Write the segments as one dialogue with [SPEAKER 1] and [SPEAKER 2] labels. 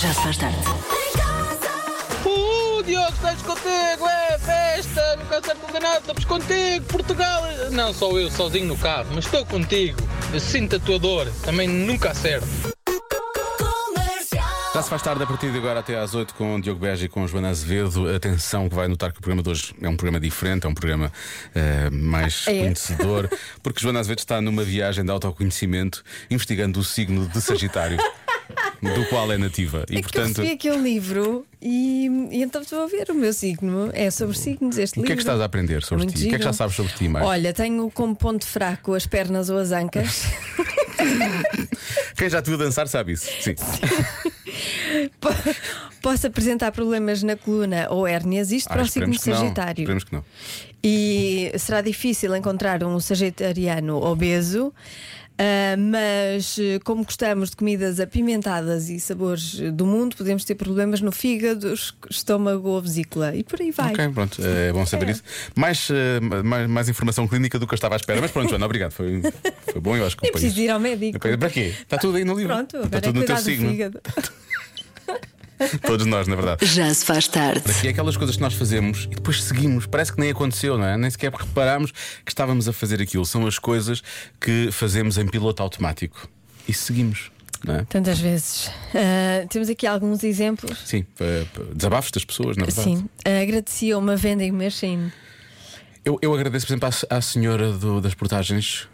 [SPEAKER 1] Já se faz tarde.
[SPEAKER 2] Uh, Diogo, estás contigo, é festa, nunca acerto um danado, estamos contigo, Portugal. Não sou eu sozinho no carro, mas estou contigo. Eu sinto a tua dor, também nunca acerto.
[SPEAKER 3] Já se faz tarde a partir de agora até às 8 com Diogo Beja e com Joana Azevedo. Atenção que vai notar que o programa de hoje é um programa diferente, é um programa eh, mais
[SPEAKER 4] é?
[SPEAKER 3] conhecedor, porque Joana Azevedo está numa viagem de autoconhecimento investigando o signo de Sagitário, do qual é nativa.
[SPEAKER 4] É que
[SPEAKER 3] E
[SPEAKER 4] eu
[SPEAKER 3] portanto,
[SPEAKER 4] recebi aquele livro e, e então estou a ver o meu signo. É sobre signos este
[SPEAKER 3] o
[SPEAKER 4] livro.
[SPEAKER 3] que é que estás a aprender sobre
[SPEAKER 4] Muito
[SPEAKER 3] ti? O que é que
[SPEAKER 4] giro.
[SPEAKER 3] já sabes sobre ti mais?
[SPEAKER 4] Olha, tenho como ponto fraco as pernas ou as ancas.
[SPEAKER 3] Quem já te viu dançar sabe isso. Sim.
[SPEAKER 4] Po- Posso apresentar problemas na coluna ou hérnias, isto
[SPEAKER 3] Ah,
[SPEAKER 4] para o signo
[SPEAKER 3] esperemos que não.
[SPEAKER 4] Sagitário.
[SPEAKER 3] Esperemos que não.
[SPEAKER 4] E será difícil encontrar um sagitariano obeso, ah, mas eh, como gostamos de comidas apimentadas e sabores eh, do mundo, podemos ter problemas no fígado, es- estômago ou vesícula. E por aí vai.
[SPEAKER 3] Ok, pronto, eh, é bom saber
[SPEAKER 4] É.
[SPEAKER 3] isso. Mais, eh, mais, mais informação clínica do que eu estava à espera, mas pronto, Joana, obrigado. Foi, foi bom, eu acho que
[SPEAKER 4] Nem
[SPEAKER 3] o país-
[SPEAKER 4] preciso ir ao médico.
[SPEAKER 3] Para quê? Está tudo aí no livro.
[SPEAKER 4] Pronto,
[SPEAKER 3] Está
[SPEAKER 4] agora é
[SPEAKER 3] tudo no teu
[SPEAKER 4] cuidar do
[SPEAKER 3] signo.
[SPEAKER 4] fígado.
[SPEAKER 3] Todos nós, na verdade.
[SPEAKER 1] Já se faz tarde.
[SPEAKER 3] E é aquelas coisas que nós fazemos e depois seguimos, parece que nem aconteceu, não é? Nem sequer reparámos que estávamos a fazer aquilo. São as coisas que fazemos em piloto automático e seguimos, não é?
[SPEAKER 4] Tantas vezes. Ah, temos aqui alguns exemplos.
[SPEAKER 3] Sim, eh, p- desabafos das pessoas, na verdade.
[SPEAKER 4] Sim, agradeci a uma vending machine.
[SPEAKER 3] Eu, eu agradeço, por exemplo, à se- à, senhora do- das portagens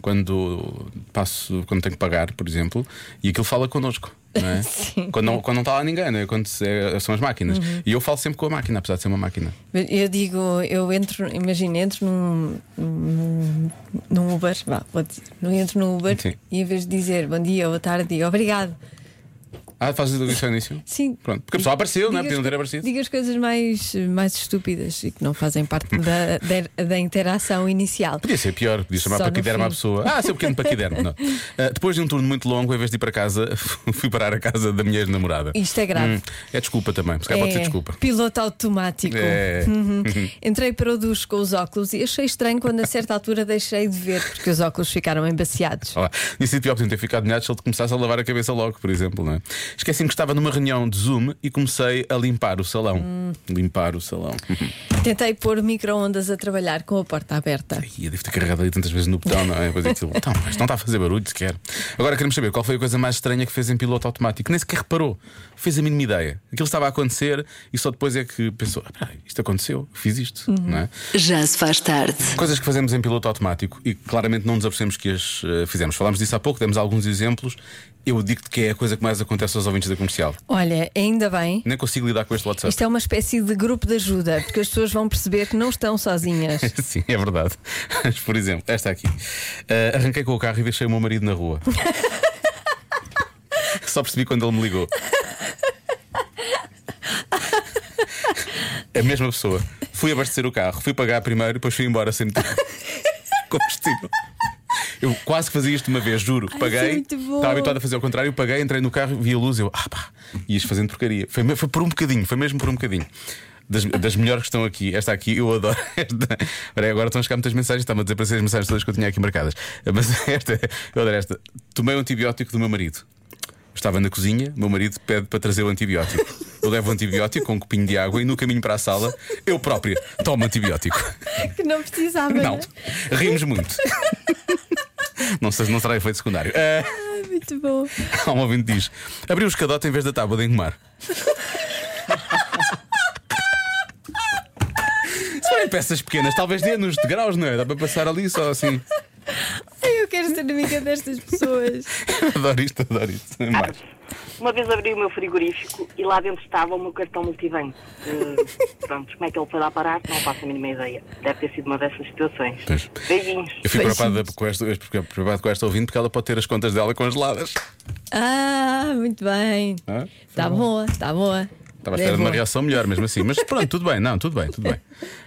[SPEAKER 3] quando passo, quando tenho que pagar, por exemplo, e aquilo fala connosco. Não é?
[SPEAKER 4] Sim. Uhum.
[SPEAKER 3] Quando, não, quando não está lá ninguém, não é? quando se- é- são as máquinas. E eu falo sempre com a máquina, apesar de ser uma máquina.
[SPEAKER 4] Eu digo, eu entro, imagina, entro num, num, num Uber, vá, vou dizer, não entro num Uber
[SPEAKER 3] Sim.
[SPEAKER 4] e em vez de dizer bom dia, boa tarde, digo obrigado.
[SPEAKER 3] Ah, fazes isso ao início?
[SPEAKER 4] Sim.
[SPEAKER 3] Pronto. Porque a pessoa apareceu, não é?
[SPEAKER 4] Diga
[SPEAKER 3] Podia não
[SPEAKER 4] as-
[SPEAKER 3] ter aparecido.
[SPEAKER 4] Diga as coisas mais, mais estúpidas e que não fazem parte da, da, da interação inicial.
[SPEAKER 3] Podia ser pior, podia chamar
[SPEAKER 4] Só no
[SPEAKER 3] paquiderma à
[SPEAKER 4] fim.
[SPEAKER 3] pessoa. Ah, seu pequeno paquiderma. não. Ah, depois de um turno muito longo, em vez de ir para casa, fui parar a casa da minha ex-namorada.
[SPEAKER 4] Isto é grave.
[SPEAKER 3] Hum, é desculpa também, se calhar pode ser desculpa.
[SPEAKER 4] Piloto automático.
[SPEAKER 3] É.
[SPEAKER 4] Uhum. Entrei para o duche com os óculos e achei estranho quando a certa altura deixei de ver, porque os óculos ficaram embaciados.
[SPEAKER 3] Olá. Tinha sido pior por ter ficado molhado se ele te começasse a lavar a cabeça logo, por exemplo, não é? Esqueci-me que estava numa reunião de Zoom e comecei a limpar o salão.
[SPEAKER 4] Hum.
[SPEAKER 3] Limpar o salão.
[SPEAKER 4] Tentei pôr micro-ondas a trabalhar com a porta aberta.
[SPEAKER 3] Ia devo ter carregado ali tantas vezes no botão, não é? Depois aquilo, então, mas não está a fazer barulho sequer. Agora queremos saber qual foi a coisa mais estranha que fez em piloto automático. Nem sequer reparou, fez a mínima ideia. Aquilo estava a acontecer e só depois é que pensou: ah, peraí, isto aconteceu, fiz isto, não é?
[SPEAKER 1] Já se faz tarde.
[SPEAKER 3] Coisas que fazemos em piloto automático e que claramente não nos apercebemos que as eh, fizemos. Falámos disso há pouco, demos alguns exemplos. Eu digo-te que é a coisa que mais acontece aos ouvintes da comercial.
[SPEAKER 4] Olha, ainda bem.
[SPEAKER 3] Nem consigo lidar com este WhatsApp.
[SPEAKER 4] Isto é uma espécie de grupo de ajuda, porque as pessoas vão perceber que não estão sozinhas.
[SPEAKER 3] Sim, é verdade. Mas, por exemplo, esta aqui. Ah, arranquei com o carro e deixei o meu marido na rua. Só percebi quando ele me ligou. A mesma pessoa. Fui abastecer o carro, fui pagar primeiro, depois fui embora sem meter combustível. Eu quase que fazia isto uma vez, juro.
[SPEAKER 4] Ai, isso é
[SPEAKER 3] paguei,
[SPEAKER 4] muito bom.
[SPEAKER 3] estava habituado a fazer ao contrário, paguei, entrei no carro, vi a luz, eu, ah pá, e ias fazendo porcaria. Foi, me- foi por um bocadinho, foi mesmo por um bocadinho. Das, das melhores que estão aqui, esta aqui eu adoro. Esta. Espera aí, agora estão a chegar muitas mensagens, está-me a desaparecer as mensagens todas que eu tinha aqui marcadas. Mas esta, eu adoro esta. Tomei um antibiótico do meu marido. Estava na cozinha, meu marido pede para trazer o antibiótico. Eu levo o antibiótico com um copinho de água e no caminho para a sala, eu própria tomo antibiótico.
[SPEAKER 4] Que não precisava.
[SPEAKER 3] Não,
[SPEAKER 4] né?
[SPEAKER 3] rimos muito. Não sei se não será efeito secundário. Eh,
[SPEAKER 4] Ai, muito bom.
[SPEAKER 3] Há um ouvinte que diz: abriu o escadote em vez da tábua de engomar. Se forem peças pequenas, talvez dê nos degraus, não é? Dá para passar ali só assim.
[SPEAKER 4] Ai, eu quero ser amiga destas pessoas.
[SPEAKER 3] Adoro isto, adoro isto. Mais.
[SPEAKER 5] Uma vez abri o meu frigorífico e lá dentro estava o meu cartão multibanco. Eh, pronto, como é que ele foi lá parar? Não faço a mínima ideia. Deve ter sido uma dessas situações.
[SPEAKER 3] Pois.
[SPEAKER 5] Beijinhos.
[SPEAKER 3] Eu fico preocupado com esta, preocupado com esta ouvinte porque ela pode ter as contas dela congeladas.
[SPEAKER 4] Ah, muito bem.
[SPEAKER 3] Ah,
[SPEAKER 4] Está boa, está boa.
[SPEAKER 3] Estava à
[SPEAKER 4] É
[SPEAKER 3] espera de uma
[SPEAKER 4] boa.
[SPEAKER 3] reação melhor mesmo assim. Mas pronto, tudo bem, não, tudo bem, tudo bem.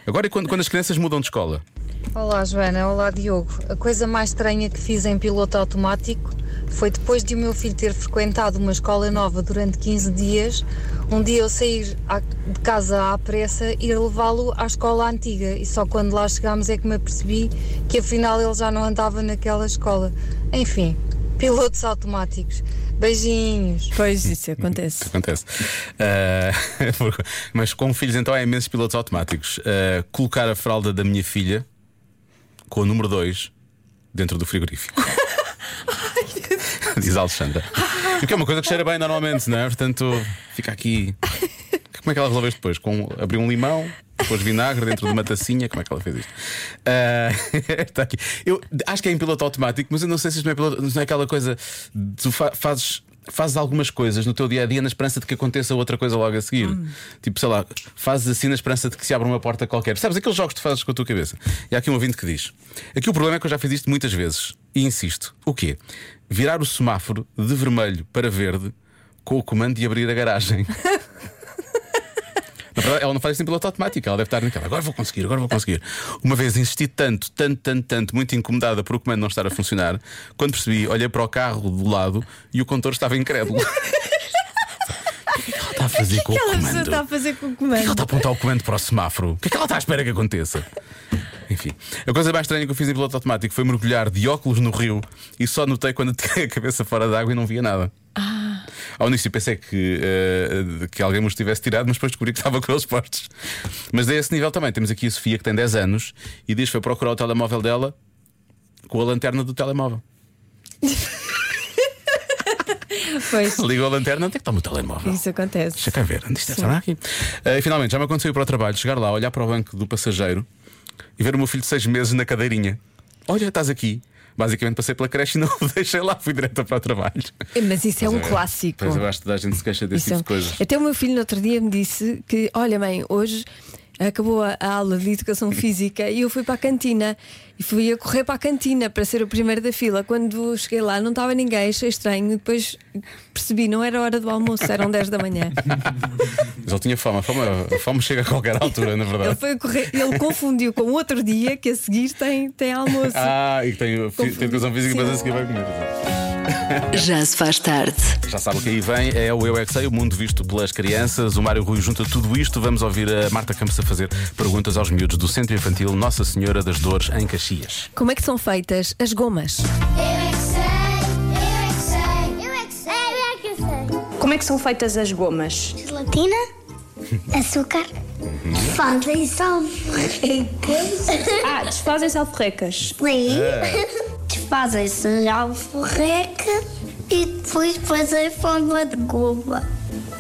[SPEAKER 3] Agora, e quando, quando as crianças mudam de escola?
[SPEAKER 6] Olá Joana, olá Diogo. A coisa mais estranha que fiz em piloto automático foi depois de o meu filho ter frequentado uma escola nova durante 15 dias, um dia eu sair à- de casa à pressa e ir levá-lo à escola antiga e só quando lá chegámos é que me apercebi que afinal ele já não andava naquela escola. Enfim, pilotos automáticos. Beijinhos.
[SPEAKER 4] Pois isso acontece.
[SPEAKER 3] Acontece. Ah, mas com filhos, então há imensos pilotos automáticos. Ah, colocar a fralda da minha filha com o número 2 dentro do frigorífico. Diz a Alexandra. Porque é uma coisa que cheira bem normalmente, não é? Portanto, fica aqui. Como é que ela resolveu isto depois? Com, abriu um limão, depois vinagre dentro de uma tacinha. Como é que ela fez isto? Ah, está aqui. Eu acho que é em piloto automático, mas eu não sei se isto não é, piloto, não é aquela coisa. de Tu fa- fazes, fazes algumas coisas no teu dia a dia na esperança de que aconteça outra coisa logo a seguir. Tipo, sei lá, fazes assim na esperança de que se abra uma porta qualquer. Sabes aqueles jogos que tu fazes com a tua cabeça? E há aqui um ouvinte que diz: Aqui o problema é que eu já fiz isto muitas vezes e insisto. O quê? Virar o semáforo de vermelho para verde com o comando de abrir a garagem. Na verdade, ela não faz isso em piloto automático, ela deve estar naquela. Agora vou conseguir, agora vou conseguir. Uma vez insisti tanto, tanto, tanto, tanto, muito incomodada por o comando não estar a funcionar, quando percebi, olhei para o carro do lado e o condutor estava incrédulo. O que é que ela está a fazer com o
[SPEAKER 4] Aquela
[SPEAKER 3] comando?
[SPEAKER 4] pessoa está a fazer com o
[SPEAKER 3] que é que ela
[SPEAKER 4] comando.
[SPEAKER 3] está a apontar o comando para o semáforo? O que é que ela está à espera que aconteça? Enfim, a coisa mais estranha que eu fiz em piloto automático foi mergulhar de óculos no rio e só notei quando tinha a cabeça fora d'água e não via nada. Ao início pensei que, eh, que alguém me os tivesse tirado, mas depois descobri que estava com eles postos. Mas a esse nível também. Temos aqui a Sofia, que tem 10 anos, e diz que foi procurar o telemóvel dela com a lanterna do telemóvel.
[SPEAKER 4] Pois,
[SPEAKER 3] Ligou a lanterna, onde é que está o meu telemóvel?
[SPEAKER 4] isso acontece.
[SPEAKER 3] Deixa cá ver, onde isto está aqui. Eh, e finalmente, já me aconteceu ir para o trabalho, chegar lá, olhar para o banco do passageiro e ver o meu filho de seis meses na cadeirinha. Olha, estás aqui. Basicamente passei pela creche e não o deixei lá, fui direta para o trabalho.
[SPEAKER 4] Mas isso é um
[SPEAKER 3] Pois
[SPEAKER 4] clássico.
[SPEAKER 3] Pois abaixo toda a gente se queixa desse
[SPEAKER 4] Isso. é um-
[SPEAKER 3] tipo de coisas.
[SPEAKER 4] Até o meu filho no outro dia me disse que, olha, mãe, hoje acabou a, a aula de educação física e eu fui para a cantina e fui a correr para a cantina para ser o primeiro da fila. Quando cheguei lá não estava ninguém, achei estranho. Depois percebi, não era hora do almoço, eram 10 da manhã. é-
[SPEAKER 3] Mas ele tinha fome, a fome, a fome chega a qualquer altura, na
[SPEAKER 4] Ele
[SPEAKER 3] verdade.
[SPEAKER 4] foi a correr, ele confundiu com outro dia que a seguir tem, tem almoço.
[SPEAKER 3] Ah, e que tem, tem
[SPEAKER 4] Confundi.
[SPEAKER 3] educação física, mas
[SPEAKER 4] Sim.
[SPEAKER 3] a seguir vai comer.
[SPEAKER 1] Já se faz tarde.
[SPEAKER 3] Já sabe o que aí vem, é o Eu é Que Sei, o mundo visto pelas crianças. O Mário Rui junta tudo isto. Vamos ouvir a Marta Campos a fazer perguntas aos miúdos do Centro Infantil Nossa Senhora das Dores, em Caxias.
[SPEAKER 4] Como é que são feitas as gomas?
[SPEAKER 7] Eu é que sei, eu é que sei, eu é que sei, eu é que sei.
[SPEAKER 8] Como é que são feitas as gomas?
[SPEAKER 7] Gelatina, açúcar, fazem um alforrecas.
[SPEAKER 8] Ah, desfazem-se alforrecas.
[SPEAKER 7] Sim,
[SPEAKER 8] É.
[SPEAKER 7] desfazem-se alforreca e depois fazem forma de goma.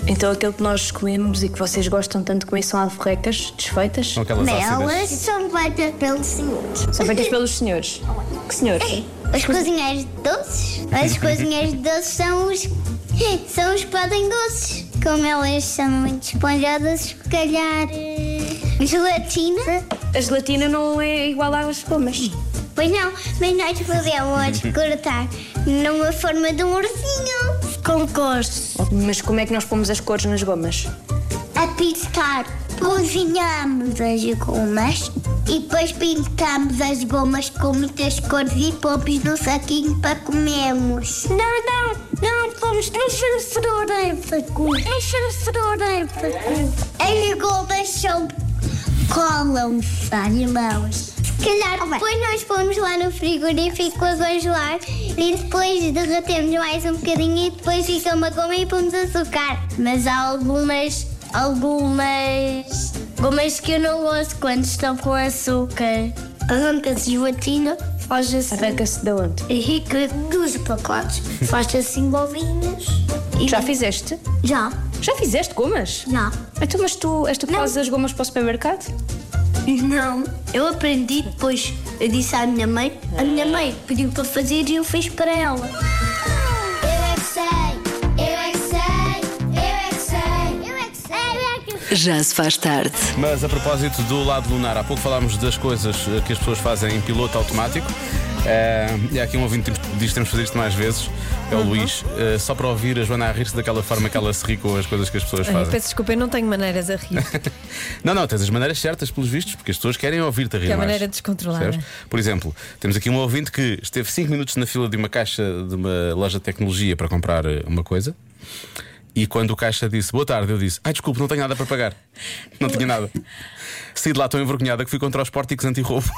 [SPEAKER 8] Então aquilo que nós comemos e que vocês gostam tanto de comer são alforrecas desfeitas?
[SPEAKER 3] São aquelas ácidas.
[SPEAKER 7] Nelas são feitas pelos senhores.
[SPEAKER 8] São feitas pelos senhores. Que senhores?
[SPEAKER 7] É, Os cozinheiros doces? Os cozinheiros doces são os. São os que fazem doces. Como elas são muito esponjadas, se calhar. eh, Gelatina?
[SPEAKER 8] A gelatina não é igual às gomas.
[SPEAKER 7] Pois não, mas nós podemos cortar numa forma de um ursinho. Com cores.
[SPEAKER 8] Mas como é que nós pomos as cores nas gomas?
[SPEAKER 7] A pintar. Cozinhamos as gomas e depois pintamos as gomas com muitas cores e pomos no saquinho para comermos. Não, não, não, pomos deixa-me cenoura em facu. Deixa-me cenoura em facu. As gomas são... colam-se às mãos. Se calhar depois nós pomos lá no frigorífico a congelar e depois derretemos mais um bocadinho e depois fica uma goma e pomos açúcar. Mas há algumas, algumas gomas que eu não gosto quando estão com açúcar. Arranca-se gelatina, faz assim.
[SPEAKER 8] Arranca-se de onde?
[SPEAKER 7] E rica dos pacotes, faz assim bolinhas. E
[SPEAKER 8] Já fizeste?
[SPEAKER 7] Já,
[SPEAKER 8] Já fizeste gomas?
[SPEAKER 7] já.
[SPEAKER 8] Então, mas tu és tu que
[SPEAKER 7] Não.
[SPEAKER 8] fazes as gomas para o supermercado?
[SPEAKER 7] Não, eu aprendi depois. Eu disse à minha mãe, a minha mãe pediu para fazer e eu fiz para ela. Eu é que sei, eu é que sei, eu é que sei, eu é que sei, eu é que sei.
[SPEAKER 1] Já se faz tarde.
[SPEAKER 3] Mas a propósito do lado lunar, há pouco falámos das coisas eh, que as pessoas fazem em piloto automático. Eh, e há aqui um ouvinte que diz que temos de fazer isto mais vezes. É o Luís. Eh, só para ouvir a Joana a rir-se daquela forma que ela se ri com as coisas que as pessoas
[SPEAKER 4] Ai,
[SPEAKER 3] fazem.
[SPEAKER 4] peço desculpa, eu não tenho maneiras a rir.
[SPEAKER 3] Não, não, tens as maneiras certas pelos vistos, porque as pessoas querem ouvir-te a rir
[SPEAKER 4] Que é a
[SPEAKER 3] mais.
[SPEAKER 4] maneira descontrolada.
[SPEAKER 3] Percebes? Por exemplo, temos aqui um ouvinte que esteve 5 minutos na fila de uma caixa de uma loja de tecnologia para comprar eh, uma coisa. E quando o caixa disse boa tarde, eu disse: Ai, desculpe, não tenho nada para pagar. Não tinha nada. Saí de lá tão envergonhada que fui contra os pórticos anti-roubo.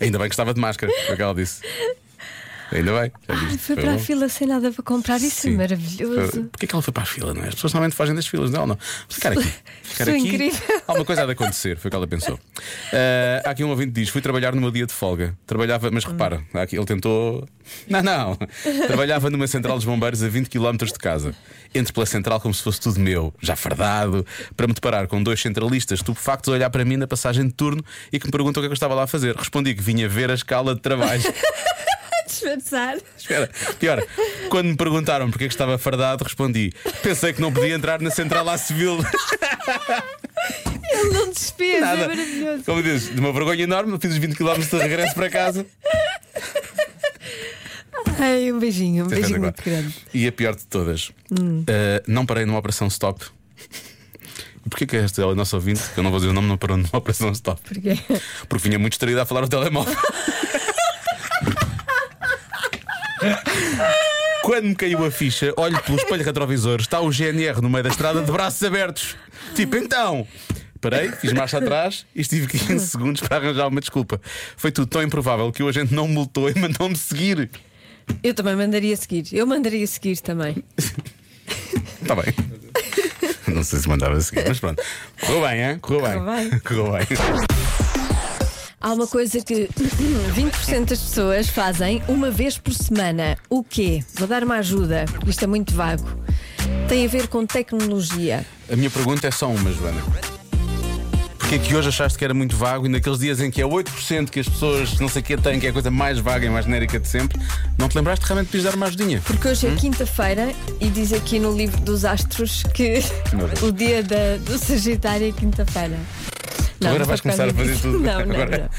[SPEAKER 3] Ainda bem que estava de máscara, foi o que ela disse. Ainda bem. já viste,
[SPEAKER 4] Foi para a
[SPEAKER 3] bom.
[SPEAKER 4] fila sem nada para comprar, isso
[SPEAKER 3] Sim.
[SPEAKER 4] é maravilhoso.
[SPEAKER 3] Porquê que ela foi para a fila, não é? As pessoas normalmente fogem das filas, não, não. Vou Ficar aqui. Ficar
[SPEAKER 4] Sou
[SPEAKER 3] aqui.
[SPEAKER 4] incrível.
[SPEAKER 3] Alguma coisa há de acontecer, foi o que ela pensou. Ah, há aqui um ouvinte que diz: fui trabalhar no meu dia de folga. Trabalhava, mas repara, há aqui, ele tentou. Não, não. Trabalhava numa central dos bombeiros a 20 km de casa. Entro pela central como se fosse tudo meu, já fardado, para me deparar com dois centralistas estupefactos a olhar para mim na passagem de turno e que me perguntam o que é que eu estava lá a fazer. Respondi que vinha ver a escala de trabalho.
[SPEAKER 4] Disfarçar.
[SPEAKER 3] Espera, pior, quando me perguntaram porque é que estava fardado, respondi: pensei que não podia entrar na central à civil.
[SPEAKER 4] Ele não despesa, é
[SPEAKER 3] Nada.
[SPEAKER 4] maravilhoso.
[SPEAKER 3] Como diz, de uma vergonha enorme, fiz os 20 km de regresso para casa.
[SPEAKER 4] Ai, um beijinho, um beijinho muito grande. Hum.
[SPEAKER 3] E a pior de todas, eh, não parei numa operação stop. E porquê que esta é a nossa ouvinte, que eu não vou dizer o nome, não parou numa operação stop?
[SPEAKER 4] Porque
[SPEAKER 3] Porque vinha muito distraída a falar no telemóvel. Quando me caiu a ficha, olho pelo espelho retrovisor, está o GNR no meio da estrada de braços abertos. Tipo, então. Parei, fiz marcha atrás e estive 15 segundos para arranjar uma desculpa. Foi tudo tão improvável que o agente não me multou e mandou-me seguir.
[SPEAKER 4] eu também mandaria seguir, eu mandaria seguir também.
[SPEAKER 3] Está Tá bem. Não sei se mandava seguir, mas pronto. Correu bem, hein? Correu bem. Correu bem.
[SPEAKER 4] Há uma coisa que 20% das pessoas fazem uma vez por semana. O quê? Vou dar uma ajuda, isto é muito vago. Tem a ver com tecnologia.
[SPEAKER 3] A minha pergunta é só uma, Joana. Porquê é que hoje achaste que era muito vago e naqueles dias em que é 8% que as pessoas não sei o que têm, que é a coisa mais vaga e mais genérica de sempre, não te lembraste realmente de lhes dar uma ajudinha?
[SPEAKER 4] Porque hoje é quinta-feira e diz aqui no livro dos astros que
[SPEAKER 3] Meu Deus.
[SPEAKER 4] o dia da- do Sagitário é quinta-feira. Não,
[SPEAKER 3] Agora
[SPEAKER 4] não
[SPEAKER 3] vais
[SPEAKER 4] foi por
[SPEAKER 3] começar
[SPEAKER 4] causa
[SPEAKER 3] a fazer
[SPEAKER 4] disso.
[SPEAKER 3] tudo.
[SPEAKER 4] Não, não,
[SPEAKER 3] Agora-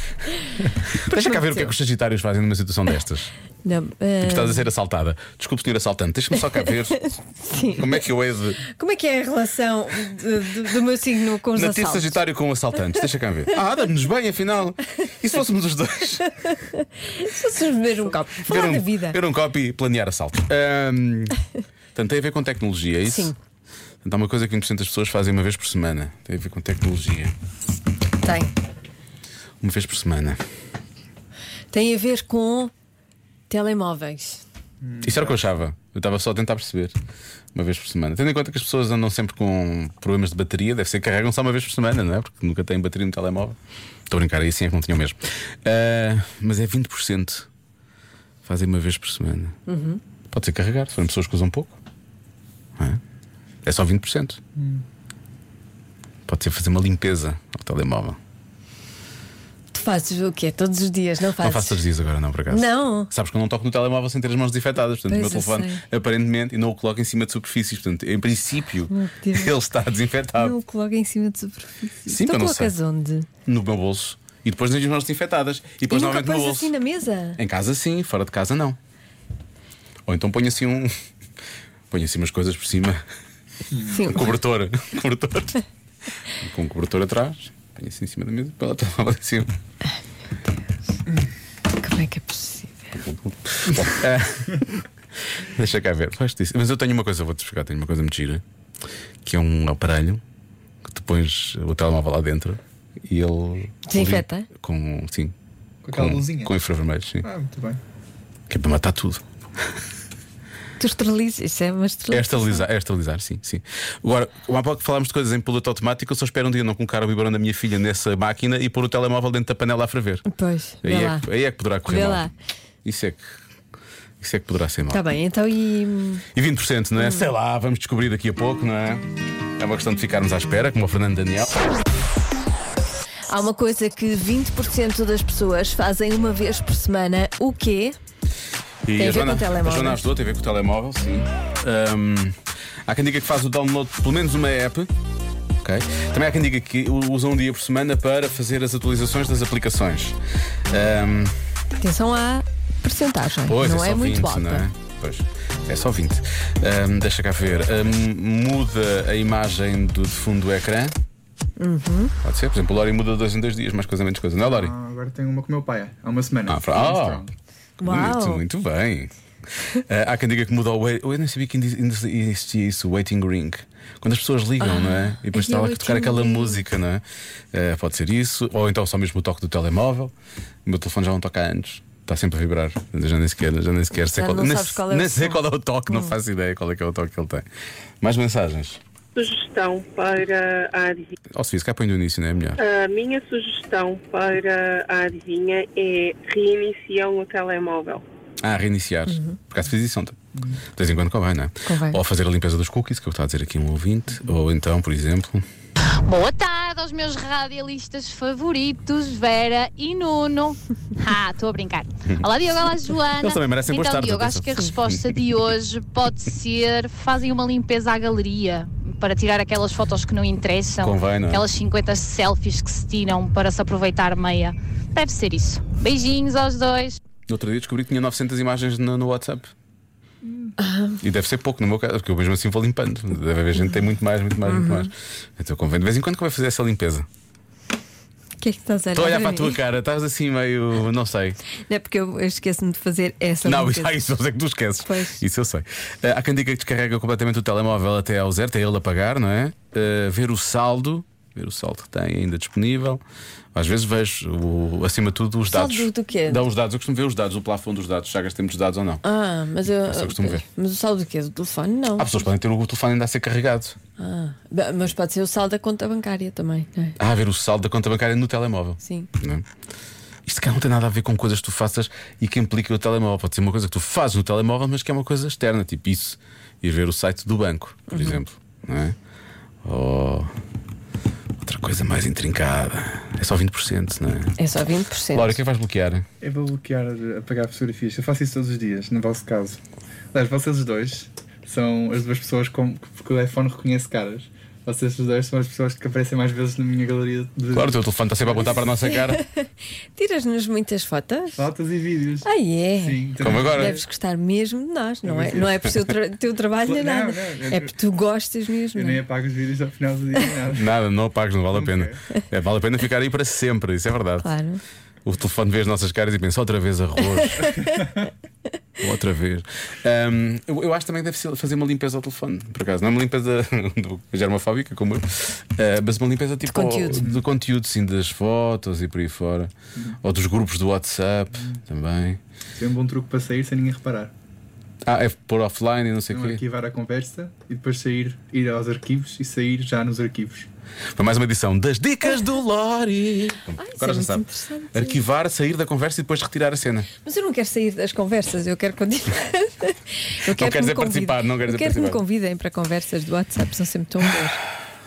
[SPEAKER 3] Deixa cá ver o que é que os Sagitários fazem numa situação destas.
[SPEAKER 4] não. Não, eh,
[SPEAKER 3] Tipo, estás a ser assaltada. Desculpe, senhor assaltante, deixa-me só cá ver
[SPEAKER 4] sim.
[SPEAKER 3] como é que eu hei de.
[SPEAKER 4] Como é que é a relação de- de- do meu signo com os
[SPEAKER 3] Nativo
[SPEAKER 4] assaltos?
[SPEAKER 3] Sagitário com o assaltante, deixa cá ver. Ah, damos-nos bem, afinal. E se fôssemos os dois?
[SPEAKER 4] Se beber um copo, falar da vida.
[SPEAKER 3] Ver um copy e planear assalto. Ahm, portanto, tem a ver com tecnologia, é isso?
[SPEAKER 4] Sim.
[SPEAKER 3] Portanto, há uma coisa que 20% das pessoas fazem uma vez por semana. Tem a ver com tecnologia. um
[SPEAKER 4] Tem.
[SPEAKER 3] Uma vez por semana.
[SPEAKER 4] Tem a ver com telemóveis.
[SPEAKER 3] Hum. Isso era o que eu achava. Eu estava só a tentar perceber. Uma vez por semana. Tendo em conta que as pessoas andam sempre com problemas de bateria, deve ser que carregam só uma vez por semana, não é? Porque nunca têm bateria no telemóvel. Estou a brincar, aí sim é que não tinham mesmo. Ah, mas é 20%. Fazem uma vez por semana. Pode ser carregar, se forem pessoas que usam pouco. não é? É só 20%. Pode ser fazer uma limpeza ao telemóvel.
[SPEAKER 4] Tu fazes o quê? Todos os dias, não fazes?
[SPEAKER 3] Não faço todos os dias agora, não, por acaso.
[SPEAKER 4] Não.
[SPEAKER 3] Sabes que eu não toco no telemóvel sem ter as mãos desinfetadas. Portanto, o meu
[SPEAKER 4] Pois, eu
[SPEAKER 3] telefone, aparentemente, e não o coloco em cima de superfícies. Portanto, em princípio,
[SPEAKER 4] Meu Deus.
[SPEAKER 3] ele está desinfetado
[SPEAKER 4] Não o coloco em cima de superfície.
[SPEAKER 3] Sim,
[SPEAKER 4] tu
[SPEAKER 3] eu não
[SPEAKER 4] colocas
[SPEAKER 3] sei.
[SPEAKER 4] onde?
[SPEAKER 3] no meu bolso. E depois nas mãos desinfetadas. E
[SPEAKER 4] E
[SPEAKER 3] depois
[SPEAKER 4] nunca
[SPEAKER 3] novamente no
[SPEAKER 4] pões
[SPEAKER 3] bolso.
[SPEAKER 4] assim na mesa?
[SPEAKER 3] Em casa sim, fora de casa não. Ou então ponho assim um. Ponho assim umas coisas por cima.
[SPEAKER 4] Sim.
[SPEAKER 3] Um cobertor. Um cobertor. Com um cobertor atrás. Ponho assim em cima da mesa. Pela telemóvel em cima.
[SPEAKER 4] Como é que é possível?
[SPEAKER 3] Deixa cá ver, faz isso. Mas eu tenho uma coisa, vou-te explicar, tenho uma coisa muito gira, que é um aparelho que tu pões o telemóvel lá dentro e ele.
[SPEAKER 4] Desinfeta?
[SPEAKER 3] Com. Sim.
[SPEAKER 9] Com aquela luzinha.
[SPEAKER 3] Com infravermelho, sim.
[SPEAKER 9] Ah, muito bem.
[SPEAKER 3] Que é para matar tudo.
[SPEAKER 4] Tu esterilizas? Isso é uma
[SPEAKER 3] É
[SPEAKER 4] esterilização.
[SPEAKER 3] esterilizar, é esterilizar, sim, sim. Agora, há pouco falámos de coisas em piloto automático, eu só espero um dia não colocar o biberão da minha filha nessa máquina e pôr o telemóvel dentro da panela a ferver.
[SPEAKER 4] Pois, vê
[SPEAKER 3] Aí é,
[SPEAKER 4] lá.
[SPEAKER 3] que, aí é que poderá correr
[SPEAKER 4] Vê
[SPEAKER 3] mal.
[SPEAKER 4] lá.
[SPEAKER 3] Isso é que. Isso é que poderá ser mal.
[SPEAKER 4] Tá bem, então e.
[SPEAKER 3] E 20%, não é? Sei lá, vamos descobrir daqui a pouco, não é? É uma questão de ficarmos à espera, como o Fernando Daniel.
[SPEAKER 4] Há uma coisa que 20% das pessoas fazem uma vez por semana. O quê?
[SPEAKER 3] E
[SPEAKER 4] Tem a ver
[SPEAKER 3] Joana,
[SPEAKER 4] com o telemóvel.
[SPEAKER 3] a Joana ajudou, tem a ver com o telemóvel, sim. Ahm, há quem diga que faz o download de pelo menos uma app. ok? Também há quem diga que u- usa um dia por semana para fazer as atualizações das aplicações. Hum, Ahm,
[SPEAKER 4] Atenção à percentagem.
[SPEAKER 3] pois,
[SPEAKER 4] não
[SPEAKER 3] é
[SPEAKER 4] é,
[SPEAKER 3] só
[SPEAKER 4] muito
[SPEAKER 3] 20,
[SPEAKER 4] alta.
[SPEAKER 3] não é? Pois, é só 20. Ahm, deixa cá ver. Ahm, muda a imagem do fundo do ecrã. Pode ser, por exemplo, o Lori muda de dois em dois dias, mais coisa menos coisa, não é, Lori?
[SPEAKER 9] Uhum. Ah, agora tenho uma com o meu pai, há uma semana.
[SPEAKER 3] Ah, fra- ah, que bonito,
[SPEAKER 4] Uau.
[SPEAKER 3] muito bem. Eh, há quem diga que mudou o wait. Eu nem sabia que ainda- ainda existia isso, o waiting ring. Quando as pessoas ligam, não é? E depois
[SPEAKER 4] e é
[SPEAKER 3] está lá
[SPEAKER 4] o
[SPEAKER 3] que tocar
[SPEAKER 4] waiting
[SPEAKER 3] aquela
[SPEAKER 4] ring.
[SPEAKER 3] música, não é? Eh, pode ser isso, ou então só mesmo o toque do telemóvel. O meu telefone já não toca antes. Está sempre a vibrar. Já nem sequer, já nem sequer sei
[SPEAKER 4] Já
[SPEAKER 3] qual,
[SPEAKER 4] não
[SPEAKER 3] nem,
[SPEAKER 4] sabes qual é o
[SPEAKER 3] nem sei
[SPEAKER 4] som. Hum.
[SPEAKER 3] qual é o toque, não faço ideia qual é que é o toque que ele tem. Mais mensagens.
[SPEAKER 10] Sugestão para a adivinha.
[SPEAKER 3] Ó, Sofia, se cá põe do início, não é melhor?
[SPEAKER 10] A minha sugestão para a adivinha é reiniciam o telemóvel.
[SPEAKER 3] Ah, reiniciar.
[SPEAKER 4] Uhum.
[SPEAKER 3] Por acaso fiz isso ontem. De vez em quando convém, não é?
[SPEAKER 6] Convém.
[SPEAKER 3] Ou fazer a limpeza dos cookies, que eu estava a dizer aqui um ouvinte, ou então, por exemplo.
[SPEAKER 11] Boa tarde aos meus radialistas favoritos, Vera e Nuno. Ah, estou a brincar. Olá, Diogo, olá, Joana.
[SPEAKER 3] Eles também merecem
[SPEAKER 11] então,
[SPEAKER 3] boas tardes,
[SPEAKER 11] Diogo, acho
[SPEAKER 3] atenção.
[SPEAKER 11] que a resposta de hoje pode ser: fazem uma limpeza à galeria para tirar aquelas fotos que não interessam,
[SPEAKER 3] Convém, não é?
[SPEAKER 11] aquelas 50 selfies que se tiram para se aproveitar meia. Deve ser isso. Beijinhos aos dois.
[SPEAKER 3] No outro dia descobri que tinha 900 imagens no, no WhatsApp. E deve ser pouco no meu caso, porque eu mesmo assim vou limpando. Deve haver gente que tem muito mais, muito mais, muito mais. Então convém. De vez em quando que vai fazer essa limpeza.
[SPEAKER 4] O que é que estás a
[SPEAKER 3] Estou a olhar para a
[SPEAKER 4] mim?
[SPEAKER 3] tua cara, estás assim meio. não sei.
[SPEAKER 4] Não é porque eu esqueço-me de fazer essa
[SPEAKER 3] Não,
[SPEAKER 4] limpeza.
[SPEAKER 3] ah, isso eu sei que tu esqueces.
[SPEAKER 4] Pois.
[SPEAKER 3] Isso eu sei. Ah, há quem diga que descarrega completamente o telemóvel até ao zero, até ele apagar, não é? Ah, ver o saldo, ver o saldo que tem ainda disponível. Às vezes vejo, o- acima de tudo, os
[SPEAKER 4] Saldo
[SPEAKER 3] dados.
[SPEAKER 4] do quê?
[SPEAKER 3] Dá os dados, eu costumo ver os dados, o plafond dos dados, já gastei muitos dados ou não.
[SPEAKER 4] Ah, mas eu.
[SPEAKER 3] Isso eu costumo ver. Ah.
[SPEAKER 4] Mas o saldo do quê? Do telefone? Não.
[SPEAKER 3] Há pessoas que podem ter o telefone ainda a ser carregado.
[SPEAKER 4] Ah, ba- mas pode ser o saldo da conta bancária também, não é?
[SPEAKER 3] Ah, ver o saldo da conta bancária no telemóvel.
[SPEAKER 4] Sim.
[SPEAKER 3] Não é? Isto cá não tem nada a ver com coisas que tu faças e que implica o telemóvel. Pode ser uma coisa que tu fazes no telemóvel, mas que é uma coisa externa, tipo isso. Ir ver o site do banco, por
[SPEAKER 4] Uhum.
[SPEAKER 3] exemplo. Não é? Ou outra coisa mais intrincada. É só 20%, não é?
[SPEAKER 4] É só 20%.
[SPEAKER 3] Laura, o que é que vais bloquear?
[SPEAKER 9] Eu vou bloquear de apagar fotografias. Eu faço isso todos os dias, no vosso caso. Aliás, vocês os dois são as duas pessoas com, porque o iPhone reconhece caras. Vocês os dois são as pessoas que aparecem mais vezes na minha galeria de
[SPEAKER 3] Claro, o teu telefone está sempre a apontar para a nossa cara.
[SPEAKER 4] Tiras-nos muitas fotos?
[SPEAKER 9] fotos e vídeos.
[SPEAKER 4] Ah, é.
[SPEAKER 9] Sim,
[SPEAKER 3] Como agora.
[SPEAKER 4] Deves gostar mesmo de nós, não é?
[SPEAKER 9] Mas eu-
[SPEAKER 4] Não é por seu tra- teu trabalho nem
[SPEAKER 9] Não,
[SPEAKER 4] nada.
[SPEAKER 9] não, eu-
[SPEAKER 4] É porque tu gostas mesmo.
[SPEAKER 9] Eu
[SPEAKER 4] não
[SPEAKER 9] nem
[SPEAKER 4] é?
[SPEAKER 9] apago os vídeos ao final do dia, nem nada.
[SPEAKER 3] Nada, não apagues, não vale a pena. É, vale a pena ficar aí para sempre, isso é verdade.
[SPEAKER 4] Claro.
[SPEAKER 3] O telefone vê as nossas caras e pensa outra vez arroz. outra vez. Ahm, eu, eu acho também que deve ser fazer uma limpeza ao telefone, por acaso. Não é uma limpeza do- germofóbica, como eu, ah, mas uma limpeza tipo ao-
[SPEAKER 4] conteúdo. Uhum.
[SPEAKER 3] do conteúdo, sim, das fotos e por aí fora. Ou dos grupos do WhatsApp também.
[SPEAKER 9] Tem um bom truque para sair sem ninguém reparar.
[SPEAKER 3] Ah, é pôr offline e não sei o
[SPEAKER 9] Então,
[SPEAKER 3] quê.
[SPEAKER 9] arquivar a conversa e depois sair, ir aos arquivos e sair já nos arquivos.
[SPEAKER 3] Foi mais uma edição das Dicas do Lori. Agora
[SPEAKER 4] é
[SPEAKER 3] já
[SPEAKER 4] muito
[SPEAKER 3] sabe.
[SPEAKER 4] interessante.
[SPEAKER 3] Arquivar, sair da conversa e depois retirar a cena.
[SPEAKER 4] Mas eu não quero sair das conversas, eu quero continuar. Eu
[SPEAKER 3] queres
[SPEAKER 4] que me
[SPEAKER 3] é participar,
[SPEAKER 4] convidem-
[SPEAKER 3] não queres
[SPEAKER 4] eu
[SPEAKER 3] é
[SPEAKER 4] quero que me
[SPEAKER 3] participar.
[SPEAKER 4] convidem para conversas do WhatsApp, são sempre tão boas.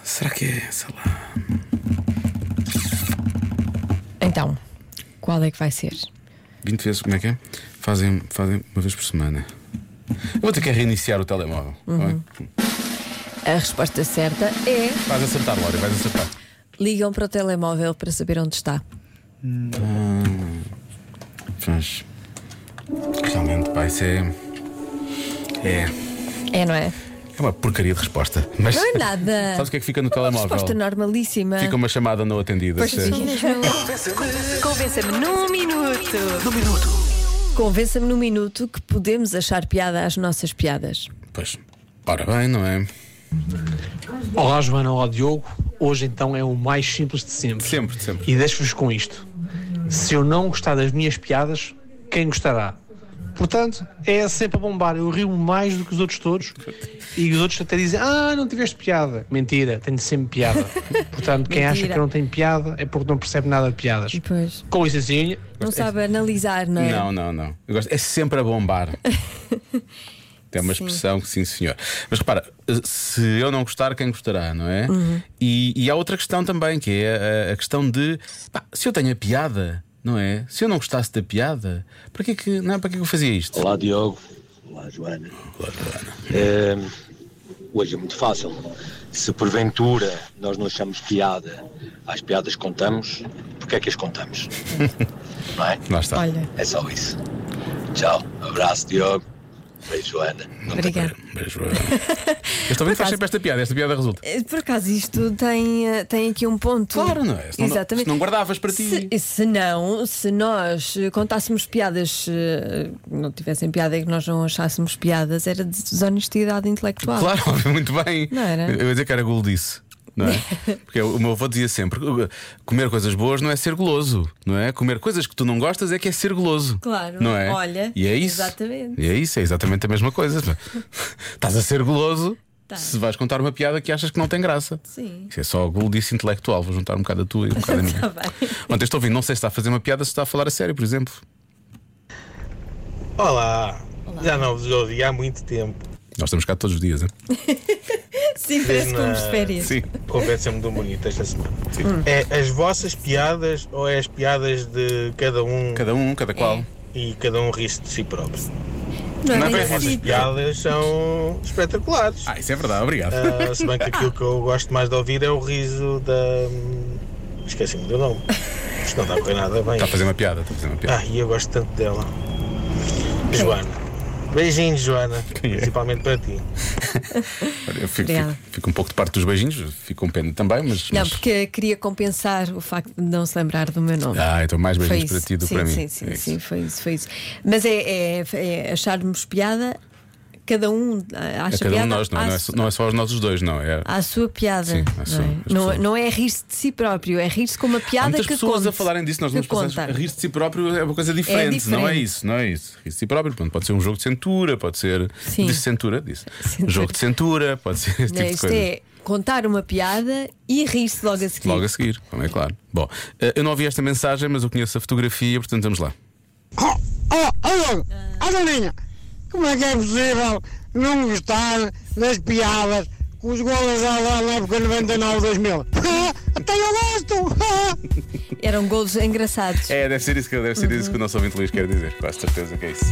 [SPEAKER 3] Será que é essa lá?
[SPEAKER 4] Então, qual é que vai ser?
[SPEAKER 3] 20 vezes, como é que é? Fazem, fazem uma vez por semana. Eu vou ter que reiniciar o telemóvel.
[SPEAKER 4] Uhum.
[SPEAKER 3] não é?
[SPEAKER 4] A resposta certa é
[SPEAKER 3] Vais acertar, Lória, vais acertar.
[SPEAKER 4] ligam para o telemóvel para saber onde está.
[SPEAKER 3] Faz. Realmente, pá, isso é. É.
[SPEAKER 4] É, não é?
[SPEAKER 3] É uma porcaria de resposta. Mas
[SPEAKER 4] Não é nada.
[SPEAKER 3] Sabes o que é que fica no
[SPEAKER 4] Uma
[SPEAKER 3] telemóvel?
[SPEAKER 4] resposta normalíssima.
[SPEAKER 3] Fica uma chamada não atendida.
[SPEAKER 4] Pois
[SPEAKER 3] Se-
[SPEAKER 4] sim. Convença-me num minuto. Convença-me num minuto que podemos achar piada às nossas piadas.
[SPEAKER 3] Pois. Ora bem, não é?
[SPEAKER 12] Olá Joana, olá Diogo. Hoje então é o mais simples de sempre.
[SPEAKER 3] Sempre, sempre.
[SPEAKER 12] E deixo-vos com isto. Se eu não gostar das minhas piadas, quem gostará? Portanto, é sempre a bombar. Eu rio mais do que os outros todos e os outros até dizem: Ah, não tiveste piada. Mentira, tenho sempre piada. Portanto, quem acha
[SPEAKER 4] Mentira.
[SPEAKER 12] que eu não tem piada é porque não percebe nada de piadas.
[SPEAKER 4] Pois.
[SPEAKER 12] Com licencinha,
[SPEAKER 4] Não sabe analisar, não é?
[SPEAKER 3] Não, não, não. Eu gosto- É sempre a bombar. É uma expressão que sim, senhor. Mas repara, se eu não gostar, quem gostará, não é?
[SPEAKER 4] Uhum.
[SPEAKER 3] E, e há outra questão também, que é a, a questão de pá, se eu tenho a piada, não é? Se eu não gostasse da piada, para que é que, não, é? para que é que eu fazia isto?
[SPEAKER 13] Olá Diogo, olá Joana. Ehm, hoje é muito fácil. Se porventura nós não achamos piada às piadas que contamos, porque é que as contamos? não é?
[SPEAKER 3] Lá está.
[SPEAKER 4] Olha,
[SPEAKER 13] É só isso. Tchau, abraço Diogo, beijo Joana. Não tem
[SPEAKER 4] obrigada.
[SPEAKER 3] Beijo. Este ouvinte faz sempre esta piada, esta piada resulta.
[SPEAKER 4] Eh, Por acaso, isto tem, eh, tem aqui um ponto.
[SPEAKER 3] Claro, não é? Se não-
[SPEAKER 4] Exatamente.
[SPEAKER 3] se não guardavas para ti.
[SPEAKER 4] Se, se não, se nós eh, contássemos piadas, eh, não tivessem piada e que nós não achássemos piadas, era desonestidade intelectual.
[SPEAKER 3] Claro, muito bem.
[SPEAKER 4] Não era?
[SPEAKER 3] Eu ia dizer que era gol disso. não é? Porque o meu avô dizia sempre: comer coisas boas não é ser goloso, não é? Comer coisas que tu não gostas é que é ser goloso.
[SPEAKER 4] Claro.
[SPEAKER 3] Não é?
[SPEAKER 4] Olha,
[SPEAKER 3] E é isso.
[SPEAKER 4] exatamente.
[SPEAKER 3] E é isso, é exatamente a mesma coisa. é? Estás a ser goloso se vais contar uma piada que achas que não tem graça.
[SPEAKER 4] Tá. Sim. Ah,
[SPEAKER 3] Isso é só gulodice intelectual. Vou juntar um bocado a tua e um bocado a minha.
[SPEAKER 4] Está Tá bem.
[SPEAKER 3] Ontem estou ouvindo, não sei se está a fazer uma piada, se está a falar a sério, por exemplo.
[SPEAKER 8] Olá. já não vos ouvi há muito tempo.
[SPEAKER 3] Nós estamos cá todos os dias, hein?
[SPEAKER 4] Sim, parece que vamos de férias.
[SPEAKER 8] Conversa muito bonita um esta semana. É as vossas piadas ou é as piadas de cada um?
[SPEAKER 3] Cada um, cada qual.
[SPEAKER 4] É.
[SPEAKER 8] E cada um ri-se de si próprio.
[SPEAKER 3] Não é
[SPEAKER 8] Mas
[SPEAKER 3] bem
[SPEAKER 8] as vossas
[SPEAKER 3] assim.
[SPEAKER 8] piadas são espetaculares.
[SPEAKER 3] Ah, isso é verdade, obrigado.
[SPEAKER 8] Ah, se bem que aquilo que eu gosto mais de ouvir é o riso da. Esqueci-me do nome. Isto não está a correr nada bem.
[SPEAKER 3] Está a fazer uma piada, está a fazer uma piada.
[SPEAKER 8] Ah, e eu gosto tanto dela. Joana. Beijinhos, Joana.
[SPEAKER 3] é?
[SPEAKER 8] Principalmente para ti.
[SPEAKER 3] Olha, eu fico,
[SPEAKER 4] Ah, Obrigada.
[SPEAKER 3] fico- fico um pouco de parte dos beijinhos, fico um pena também, mas.
[SPEAKER 4] Não,
[SPEAKER 3] mas-
[SPEAKER 4] porque queria compensar o facto de não se lembrar do meu nome.
[SPEAKER 3] Ah, então mais
[SPEAKER 4] Foi
[SPEAKER 3] beijinhos
[SPEAKER 4] isso.
[SPEAKER 3] para ti do que
[SPEAKER 4] sim,
[SPEAKER 3] para mim.
[SPEAKER 4] Sim, sim,
[SPEAKER 3] É
[SPEAKER 4] sim, foi isso, foi isso. Mas é, é- é acharmos piada, cada um ah,
[SPEAKER 3] É
[SPEAKER 4] acha
[SPEAKER 3] cada um de
[SPEAKER 4] piada.
[SPEAKER 3] nós, não, é?
[SPEAKER 4] à
[SPEAKER 3] não, é,
[SPEAKER 4] su-
[SPEAKER 3] só- não é só os nossos dois, não. É,
[SPEAKER 4] À sua piada.
[SPEAKER 3] Sim, à
[SPEAKER 4] não,
[SPEAKER 3] sua,
[SPEAKER 4] é?
[SPEAKER 3] as
[SPEAKER 4] Não- não é rir-se de si próprio, é rir-se com uma
[SPEAKER 3] Há
[SPEAKER 4] piada
[SPEAKER 3] muitas
[SPEAKER 4] que
[SPEAKER 3] pessoas
[SPEAKER 4] conte,
[SPEAKER 3] a falarem disso, nós
[SPEAKER 4] que
[SPEAKER 3] vamos passar.
[SPEAKER 4] conta.
[SPEAKER 3] Rir de si próprio é uma coisa diferente, não é
[SPEAKER 4] diferente.
[SPEAKER 3] isso, não é isso. Rir de si próprio, pronto, pode ser um jogo de cintura, pode ser.
[SPEAKER 4] Sim.
[SPEAKER 3] Disse cintura, disse. Jogo de cintura, pode ser esse
[SPEAKER 4] Não,
[SPEAKER 3] tipo de
[SPEAKER 4] isto
[SPEAKER 3] coisa.
[SPEAKER 4] é contar uma piada e rir-se logo a seguir.
[SPEAKER 3] Logo a seguir, como é claro. Bom, eh, eu não ouvi esta mensagem, mas eu conheço a fotografia, portanto vamos lá.
[SPEAKER 6] Oh, oh, oh, Doninha, como é que é possível não gostar das piadas que os golas já lá na época 99-2000? Até eu gosto!
[SPEAKER 4] Eram golos engraçados.
[SPEAKER 3] É, deve ser isso que, deve ser isso que o nosso ouvinte Luís quer dizer, com certeza que é isso.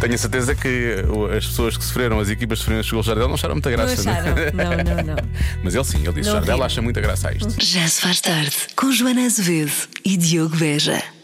[SPEAKER 3] Tenho a certeza que o- as pessoas que sofreram, as equipas que sofreram este gol de Jardel, não acharam muita
[SPEAKER 1] Não
[SPEAKER 3] graça. né?
[SPEAKER 1] acharam. Não, não, não.
[SPEAKER 3] Mas ele sim, ele disse:
[SPEAKER 1] Não
[SPEAKER 3] Jardel
[SPEAKER 1] riram.
[SPEAKER 3] acha muita graça a isto.
[SPEAKER 1] Já se faz tarde com Joana Azevedo e Diogo Veja.